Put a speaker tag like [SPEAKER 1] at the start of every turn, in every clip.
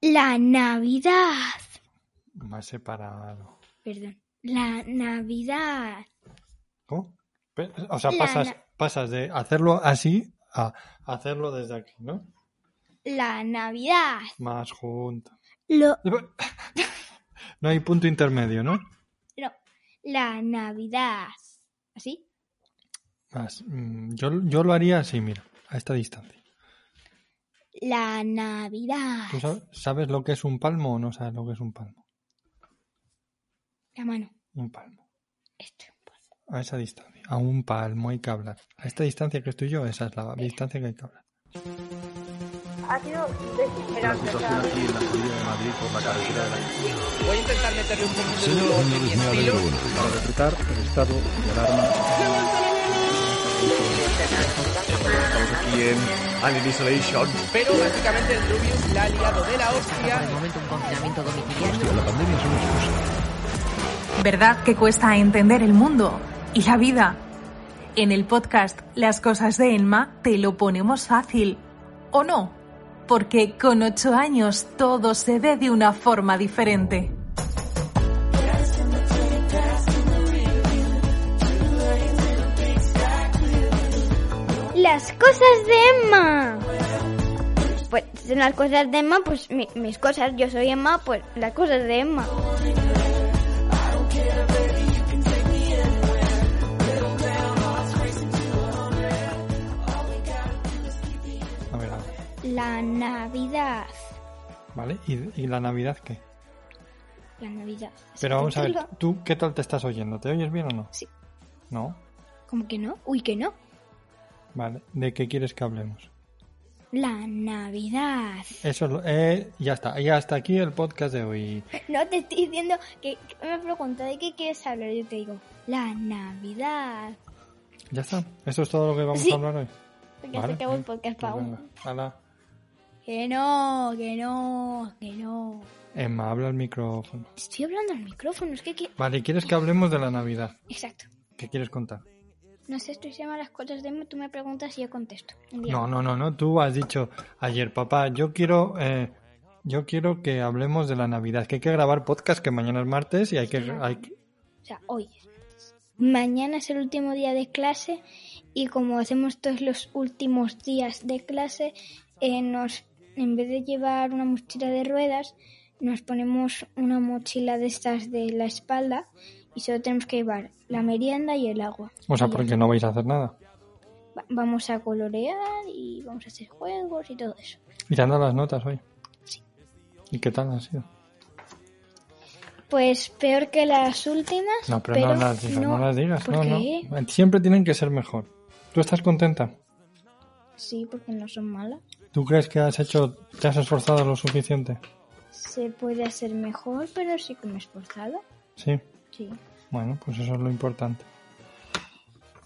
[SPEAKER 1] La Navidad.
[SPEAKER 2] Más separado.
[SPEAKER 1] Perdón. La Navidad.
[SPEAKER 2] ¿Cómo? Pe- O sea,
[SPEAKER 1] La
[SPEAKER 2] pasas,
[SPEAKER 1] na-
[SPEAKER 2] pasas de hacerlo así a hacerlo desde aquí, ¿no?
[SPEAKER 1] La Navidad.
[SPEAKER 2] Más junto.
[SPEAKER 1] Lo,
[SPEAKER 2] No hay punto intermedio, ¿no?
[SPEAKER 1] no. La Navidad. ¿Así?
[SPEAKER 2] Más, mm, yo, yo lo haría así, mira, a esta distancia.
[SPEAKER 1] La Navidad.
[SPEAKER 2] ¿Tú sabes, sabes lo que es un palmo o no sabes lo que es un palmo?
[SPEAKER 1] La mano.
[SPEAKER 2] Un palmo.
[SPEAKER 1] Esto.
[SPEAKER 2] A esa distancia. A un palmo hay que hablar. A esta distancia que estoy yo, esa es la distancia que hay que hablar.
[SPEAKER 3] Ha sido desesperante. o sea,
[SPEAKER 4] aquí en la ciudad de Madrid por la carretera de la
[SPEAKER 5] Voy a intentar meterle un poquito de
[SPEAKER 4] Señor
[SPEAKER 5] humor en mi
[SPEAKER 4] Núñez Mira
[SPEAKER 5] estilo.
[SPEAKER 4] para decretar el estado de alarma. Estamos aquí en Alien Isolation.
[SPEAKER 5] Pero básicamente el Rubius la ha liado de la
[SPEAKER 6] por el
[SPEAKER 5] hostia.
[SPEAKER 6] momento un confinamiento domiciliario.
[SPEAKER 4] La pandemia es una excusa.
[SPEAKER 7] ¿Verdad que cuesta entender el mundo y la vida? En el podcast Las cosas de Elma te lo ponemos fácil, ¿o no? Porque con ocho años todo se ve de una forma diferente.
[SPEAKER 1] Las cosas de Emma.
[SPEAKER 3] Pues son las cosas de Emma, pues mi- mis cosas. Yo soy Emma, pues las cosas de Emma.
[SPEAKER 2] A ver, a ver.
[SPEAKER 1] La Navidad.
[SPEAKER 2] ¿Vale? ¿Y, y la Navidad qué?
[SPEAKER 1] La Navidad.
[SPEAKER 2] Pero vamos a ver,
[SPEAKER 1] Escúchalo.
[SPEAKER 2] ¿tú qué tal te estás oyendo? ¿Te oyes bien o no?
[SPEAKER 1] Sí.
[SPEAKER 2] ¿No?
[SPEAKER 1] ¿Cómo que no? Uy, que no.
[SPEAKER 2] Vale. ¿De qué quieres que hablemos?
[SPEAKER 1] La Navidad.
[SPEAKER 2] Eso es lo- eh, ya está. Ya hasta aquí el podcast de hoy.
[SPEAKER 1] No te estoy diciendo que que me has preguntado de qué quieres hablar. Yo te digo, la Navidad.
[SPEAKER 2] Ya está. Eso es todo lo que vamos
[SPEAKER 1] Sí.
[SPEAKER 2] a hablar hoy.
[SPEAKER 1] Porque
[SPEAKER 2] Vale,
[SPEAKER 1] se acabó el
[SPEAKER 2] venga,
[SPEAKER 1] podcast
[SPEAKER 2] pues
[SPEAKER 1] para uno.
[SPEAKER 2] venga, hala.
[SPEAKER 1] Que no, que no, que no.
[SPEAKER 2] Emma, habla el micrófono.
[SPEAKER 1] Estoy hablando al micrófono, es que, que-
[SPEAKER 2] Vale, ¿quieres que hablemos de la Navidad?
[SPEAKER 1] Exacto.
[SPEAKER 2] ¿Qué quieres contar?
[SPEAKER 1] No sé, estoy llama las cosas de Emma, tú me preguntas y yo contesto. Un día.
[SPEAKER 2] No, no, no, no. Tú has dicho ayer, papá, yo quiero, eh, yo quiero que hablemos de la Navidad. Que hay que grabar podcast, que mañana es martes y hay que, hay que-
[SPEAKER 1] O sea, hoy. Mañana es el último día de clase y como hacemos todos los últimos días de clase, eh, nos, en vez de llevar una mochila de ruedas, nos ponemos una mochila de estas de la espalda y solo tenemos que llevar la merienda y el agua.
[SPEAKER 2] o sea,
[SPEAKER 1] Y ya
[SPEAKER 2] porque no vais a hacer nada.
[SPEAKER 1] va- vamos a colorear y vamos a hacer juegos y todo eso.
[SPEAKER 2] Y te han dado las notas hoy. ¿Y qué tal han sido?
[SPEAKER 1] Pues peor que las últimas.
[SPEAKER 2] No, pero, no las digas, no, las digas.
[SPEAKER 1] ¿Por
[SPEAKER 2] No,
[SPEAKER 1] qué?
[SPEAKER 2] no. Siempre tienen que ser mejor. ¿Tú estás contenta?
[SPEAKER 1] Sí, porque no son malas.
[SPEAKER 2] ¿Tú crees que has hecho, te has esforzado lo suficiente?
[SPEAKER 1] Se puede hacer mejor, pero sí que me he esforzado.
[SPEAKER 2] Sí.
[SPEAKER 1] Sí.
[SPEAKER 2] Bueno, pues eso es lo importante.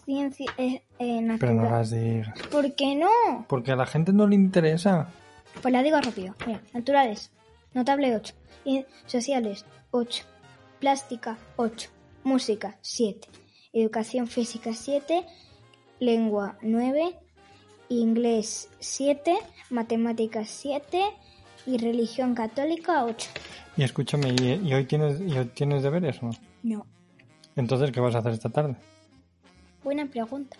[SPEAKER 1] Ciencia eh, eh,
[SPEAKER 2] Pero no
[SPEAKER 1] natural.
[SPEAKER 2] las digas.
[SPEAKER 1] ¿Por qué no?
[SPEAKER 2] Porque a la gente no le interesa.
[SPEAKER 1] Pues la digo rápido. Mira, naturales, notable 8. Y sociales, 8. Plástica, 8. Música, 7. Educación física, 7. Lengua, 9. Inglés, 7. Matemáticas, 7. Y religión católica, 8.
[SPEAKER 2] Y escúchame, ¿y, y hoy tienes, y hoy tienes deberes o no?
[SPEAKER 1] No.
[SPEAKER 2] Entonces, ¿qué vas a hacer esta tarde?
[SPEAKER 1] Buena pregunta.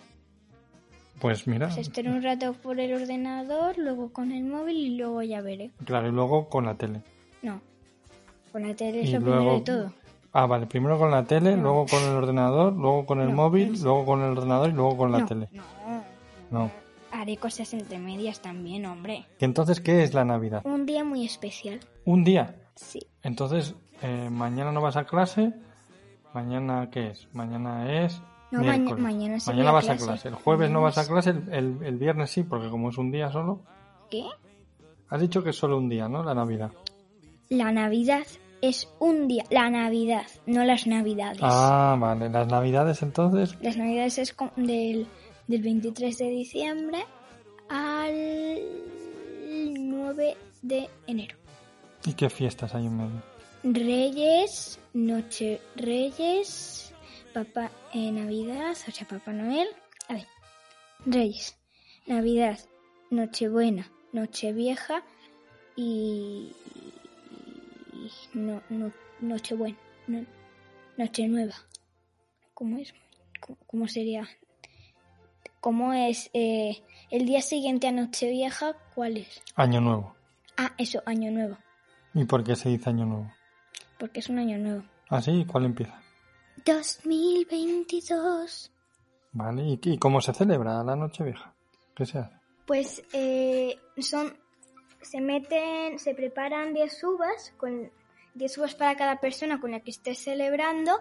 [SPEAKER 2] Pues mira,
[SPEAKER 1] Pues estaré un rato por el ordenador, luego con el móvil y luego ya veré.
[SPEAKER 2] claro, y luego con la tele.
[SPEAKER 1] No. Con la tele es
[SPEAKER 2] Y
[SPEAKER 1] lo primero
[SPEAKER 2] luego-
[SPEAKER 1] de todo.
[SPEAKER 2] Ah, vale, primero con la tele, luego con el ordenador, luego con el
[SPEAKER 1] No,
[SPEAKER 2] móvil,
[SPEAKER 1] es-
[SPEAKER 2] luego con el ordenador y luego con la
[SPEAKER 1] no,
[SPEAKER 2] tele.
[SPEAKER 1] No.
[SPEAKER 2] No.
[SPEAKER 1] Haré cosas entre medias también, hombre.
[SPEAKER 2] ¿Y entonces qué es la Navidad?
[SPEAKER 1] Un día muy especial.
[SPEAKER 2] Un día.
[SPEAKER 1] Sí.
[SPEAKER 2] Entonces, eh, mañana no vas a clase. ¿Mañana qué es? Mañana es.
[SPEAKER 1] No, maña-
[SPEAKER 2] miércoles.
[SPEAKER 1] mañana sí voy
[SPEAKER 2] Mañana
[SPEAKER 1] a
[SPEAKER 2] vas
[SPEAKER 1] clase.
[SPEAKER 2] a clase. El jueves no
[SPEAKER 1] Mañana
[SPEAKER 2] vas a
[SPEAKER 1] sí.
[SPEAKER 2] clase. El, el- el viernes sí, porque como es un día solo.
[SPEAKER 1] ¿Qué?
[SPEAKER 2] Has dicho que es solo un día, ¿no? La Navidad.
[SPEAKER 1] La Navidad es un día. La Navidad, no las Navidades.
[SPEAKER 2] Ah, vale. Las Navidades entonces.
[SPEAKER 1] Las Navidades es con- del, del 23 de diciembre al 9 de enero.
[SPEAKER 2] ¿Y qué fiestas hay en medio?
[SPEAKER 1] Reyes, Noche Reyes, Papá eh, Navidad, o sea, Papá Noel. A ver, Reyes, Navidad, Nochebuena, Nochevieja y y no, no, Nochebuena, no, Nochenueva. ¿Cómo es? ¿Cómo, cómo sería? ¿Cómo es eh, el día siguiente a Nochevieja? ¿Cuál es?
[SPEAKER 2] Año nuevo.
[SPEAKER 1] Ah, eso, Año Nuevo,
[SPEAKER 2] ¿Y por qué se dice año nuevo?
[SPEAKER 1] porque es un año nuevo.
[SPEAKER 2] ¿Así? ¿Y ¿Cuál empieza?
[SPEAKER 1] 2022.
[SPEAKER 2] Vale. ¿Y, qué- y cómo se celebra la noche vieja? ¿Qué se hace?
[SPEAKER 1] Pues eh, son. Se meten. Se preparan 10 uvas. Con 10 uvas para cada persona con la que estés celebrando.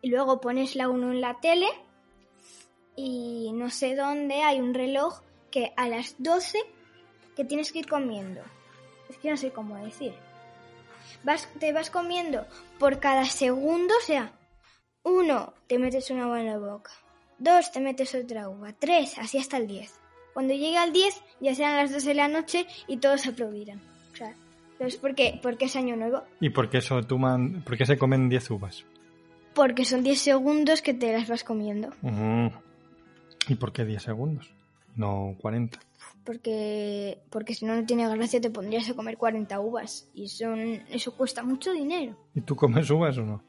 [SPEAKER 1] Y luego pones la uno en la tele. Y no sé dónde hay un reloj que a las 12 que tienes que ir comiendo. Es que no sé cómo decir. Vas, te vas comiendo por cada segundo, o sea, uno, te metes una uva en la boca. Dos, te metes otra uva. Tres, así hasta el 10. Cuando llegue al 10, ya serán las 12 de la noche y todos aplaudirán. O sea, ¿sabes por qué? Porque es año nuevo.
[SPEAKER 2] ¿Y por qué, eso toman, por qué se comen 10 uvas?
[SPEAKER 1] Porque son 10 segundos que te las vas comiendo.
[SPEAKER 2] Ujú. ¿Y por qué 10 segundos? No 40.
[SPEAKER 1] Porque, porque si no, no tiene gracia, te pondrías a comer 40 uvas. Y son, eso cuesta mucho dinero.
[SPEAKER 2] ¿Y tú comes uvas o no?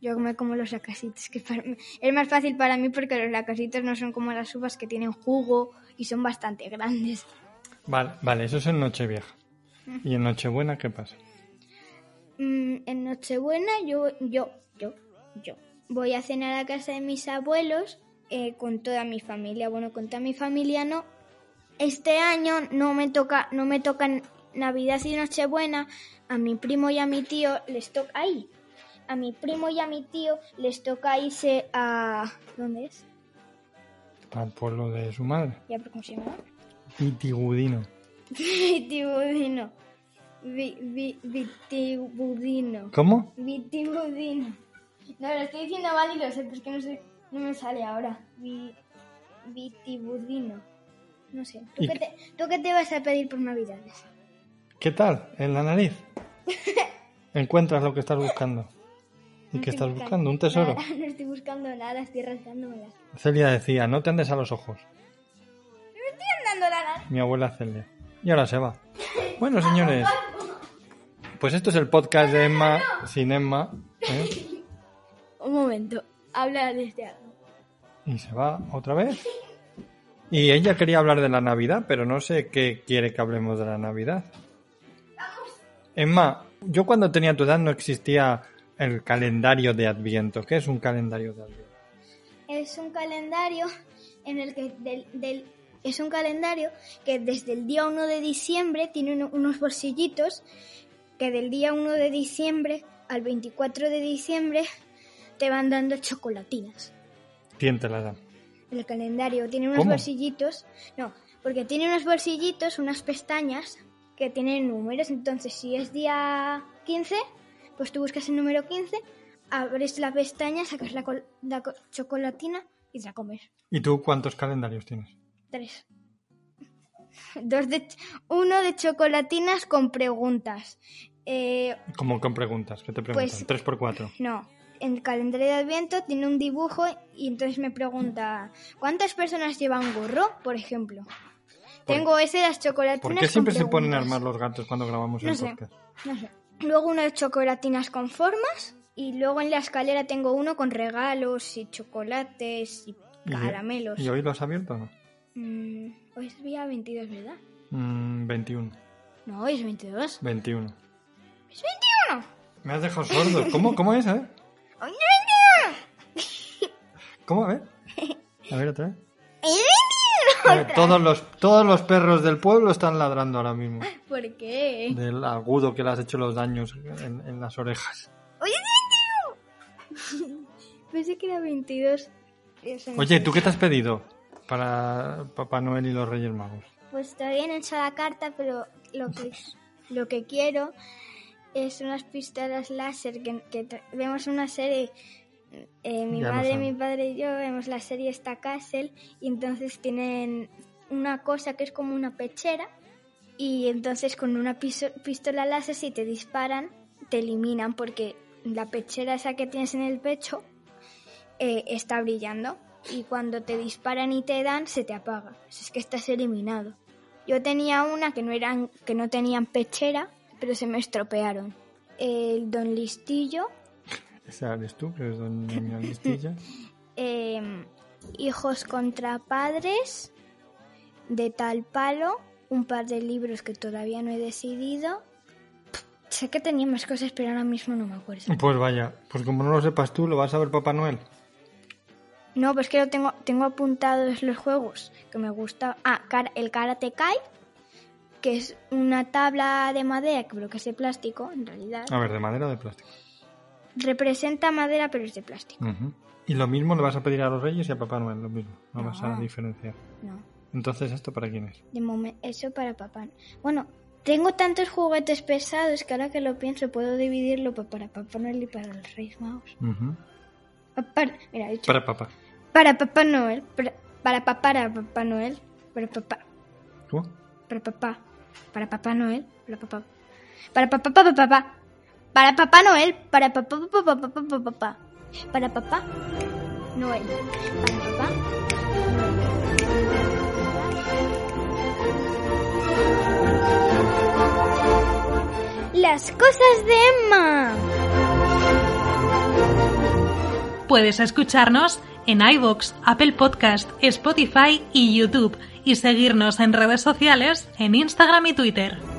[SPEAKER 1] Yo me como los lacasitos, que para mí- es más fácil para mí porque los lacasitos no son como las uvas que tienen jugo y son bastante grandes.
[SPEAKER 2] Vale, vale eso es en Nochevieja. ¿Y en Nochebuena qué pasa?
[SPEAKER 1] Mm, en Nochebuena yo, yo, yo, yo voy a cenar a casa de mis abuelos eh, con toda mi familia. Bueno, con toda mi familia no. Este año no me toca, no me tocan Navidad y Nochebuena. A mi primo y a mi tío les toca ahí. A mi primo y a mi tío les toca irse a ¿dónde es?
[SPEAKER 2] Al pueblo de su madre.
[SPEAKER 1] Ya pero cómo se llama.
[SPEAKER 2] Pitigudino.
[SPEAKER 1] Vitibudino. Vi- vi- vitibudino.
[SPEAKER 2] ¿Cómo?
[SPEAKER 1] Vitibudino. No, lo estoy diciendo mal y lo sé, pero es que no, sé, no me sale ahora. Vi- vitibudino. No sé. ¿Tú
[SPEAKER 2] ¿Y
[SPEAKER 1] qué,
[SPEAKER 2] qué-
[SPEAKER 1] te, tú qué te vas a pedir por Navidades?
[SPEAKER 2] ¿Qué tal? ¿En la nariz? ¿Encuentras lo que estás buscando? ¿Y
[SPEAKER 1] No
[SPEAKER 2] qué
[SPEAKER 1] estoy
[SPEAKER 2] estás buscando? ¿Un tesoro?
[SPEAKER 1] nada, no estoy buscando nada, estoy rascándomela.
[SPEAKER 2] Celia decía, no te andes a los ojos.
[SPEAKER 1] Dando la nada.
[SPEAKER 2] Mi abuela Celia. Y ahora se va. Bueno, señores. Pues esto es el podcast de Emma sin Emma. ¿eh?
[SPEAKER 1] Un momento, habla este- desde algo.
[SPEAKER 2] Y se va otra vez. Y ella quería hablar de la Navidad, pero no sé qué quiere que hablemos de la Navidad. Emma, yo cuando tenía tu edad no existía el calendario de Adviento. ¿Qué es un calendario de Adviento?
[SPEAKER 1] es un calendario en el que del, del- es un calendario que desde el día 1 de diciembre tiene uno- unos bolsillitos que del día 1 de diciembre al 24 de diciembre te van dando chocolatinas.
[SPEAKER 2] ¿Quién te la da?
[SPEAKER 1] El calendario tiene unos
[SPEAKER 2] ¿Cómo?
[SPEAKER 1] bolsillitos, no, porque tiene unos bolsillitos, unas pestañas que tienen números, entonces si es día 15, pues tú buscas el número 15, abres la pestaña, sacas la, col- la co- chocolatina y te la comes.
[SPEAKER 2] ¿Y tú cuántos calendarios tienes?
[SPEAKER 1] Tres. Dos de ch- uno de chocolatinas con preguntas. Eh,
[SPEAKER 2] Como con preguntas, que te preguntan.
[SPEAKER 1] Pues-
[SPEAKER 2] Tres por cuatro.
[SPEAKER 1] no, en el calendario de Adviento tiene un dibujo y entonces me pregunta, ¿cuántas personas llevan gorro? Por ejemplo. Tengo ese de las chocolatinas.
[SPEAKER 2] ¿Por qué
[SPEAKER 1] con
[SPEAKER 2] siempre se ponen a
[SPEAKER 1] preguntas.
[SPEAKER 2] armar los gatos cuando grabamos
[SPEAKER 1] No
[SPEAKER 2] el
[SPEAKER 1] sé.
[SPEAKER 2] podcast?
[SPEAKER 1] No sé. Luego uno de chocolatinas con formas y luego en la escalera tengo uno con regalos y chocolates y
[SPEAKER 2] ¿Y-
[SPEAKER 1] caramelos.
[SPEAKER 2] ¿Y hoy lo has abierto o no?
[SPEAKER 1] Mm, hoy es día 22, ¿verdad?
[SPEAKER 2] Mm, 21.
[SPEAKER 1] No, hoy es 22.
[SPEAKER 2] 21. Me has dejado sordo. ¿Cómo, cómo es? A ver.
[SPEAKER 1] ¡Ay,
[SPEAKER 2] ¿Cómo? A ver. A ver otra vez.
[SPEAKER 1] ¡Es
[SPEAKER 2] A ver, todos, los, todos los perros del pueblo están ladrando ahora mismo.
[SPEAKER 1] ¿Por qué?
[SPEAKER 2] Del agudo que le has hecho los daños en, en las orejas.
[SPEAKER 1] Pensé que era 22. Es en-
[SPEAKER 2] Oye, ¿tú qué te has pedido para Papá Noel y los Reyes Magos?
[SPEAKER 1] Pues todavía no he hecho la carta, pero lo que, lo que quiero es unas pistolas láser. Que, que tra- vemos una serie. eh, mi
[SPEAKER 2] Ya lo
[SPEAKER 1] madre,
[SPEAKER 2] sabe.
[SPEAKER 1] mi padre y yo vemos la serie esta Castle. Y entonces tienen una cosa que es como una pechera. Y entonces con una piso- pistola láser, si te disparan, te eliminan porque la pechera esa que tienes en el pecho eh, está brillando. Y cuando te disparan y te dan, se te apaga. Es que estás eliminado. Yo tenía una que no, eran, que no tenían pechera, pero se me estropearon. el don Listillo,
[SPEAKER 2] Ese eres tú, que eres don Damián Listilla.
[SPEAKER 1] eh, Hijos contra Padres, de tal palo, un par de libros que todavía no he decidido. Pff, Sé que tenía más cosas, pero ahora mismo no me acuerdo.
[SPEAKER 2] Pues vaya, pues como no lo sepas tú, lo vas a ver Papá Noel.
[SPEAKER 1] No, pues que yo tengo, tengo apuntados los juegos que me gusta. Ah, kara- el Karate Kai, que es una tabla de madera, pero que es de plástico, en realidad.
[SPEAKER 2] A ver, de madera o de plástico.
[SPEAKER 1] Representa madera, pero es de plástico.
[SPEAKER 2] Ujú. Y lo mismo le vas a pedir a los Reyes y a Papá Noel, lo mismo. No, vas a
[SPEAKER 1] No.
[SPEAKER 2] diferenciar.
[SPEAKER 1] No,
[SPEAKER 2] Entonces, ¿esto para quién es?
[SPEAKER 1] de momento, eso para papá. Bueno, tengo tantos juguetes pesados que ahora que lo pienso puedo dividirlo pa- para Papá Noel y para los Reyes Magos.
[SPEAKER 2] Ujú.
[SPEAKER 1] Papá- mira, he dicho-
[SPEAKER 2] Para Papá.
[SPEAKER 1] para Papá Noel, para, para papá, para Papá Noel, para papá.
[SPEAKER 2] ¿Tú?
[SPEAKER 1] para papá, para papá Noel, para papá, para papá, papá, papá, para papá Noel, para papá, papá, papá, papá, papá, para papá Noel, para papá. Noel. Las cosas de Emma.
[SPEAKER 7] Puedes escucharnos en iVoox, Apple Podcast, Spotify y YouTube y seguirnos en redes sociales en Instagram y Twitter.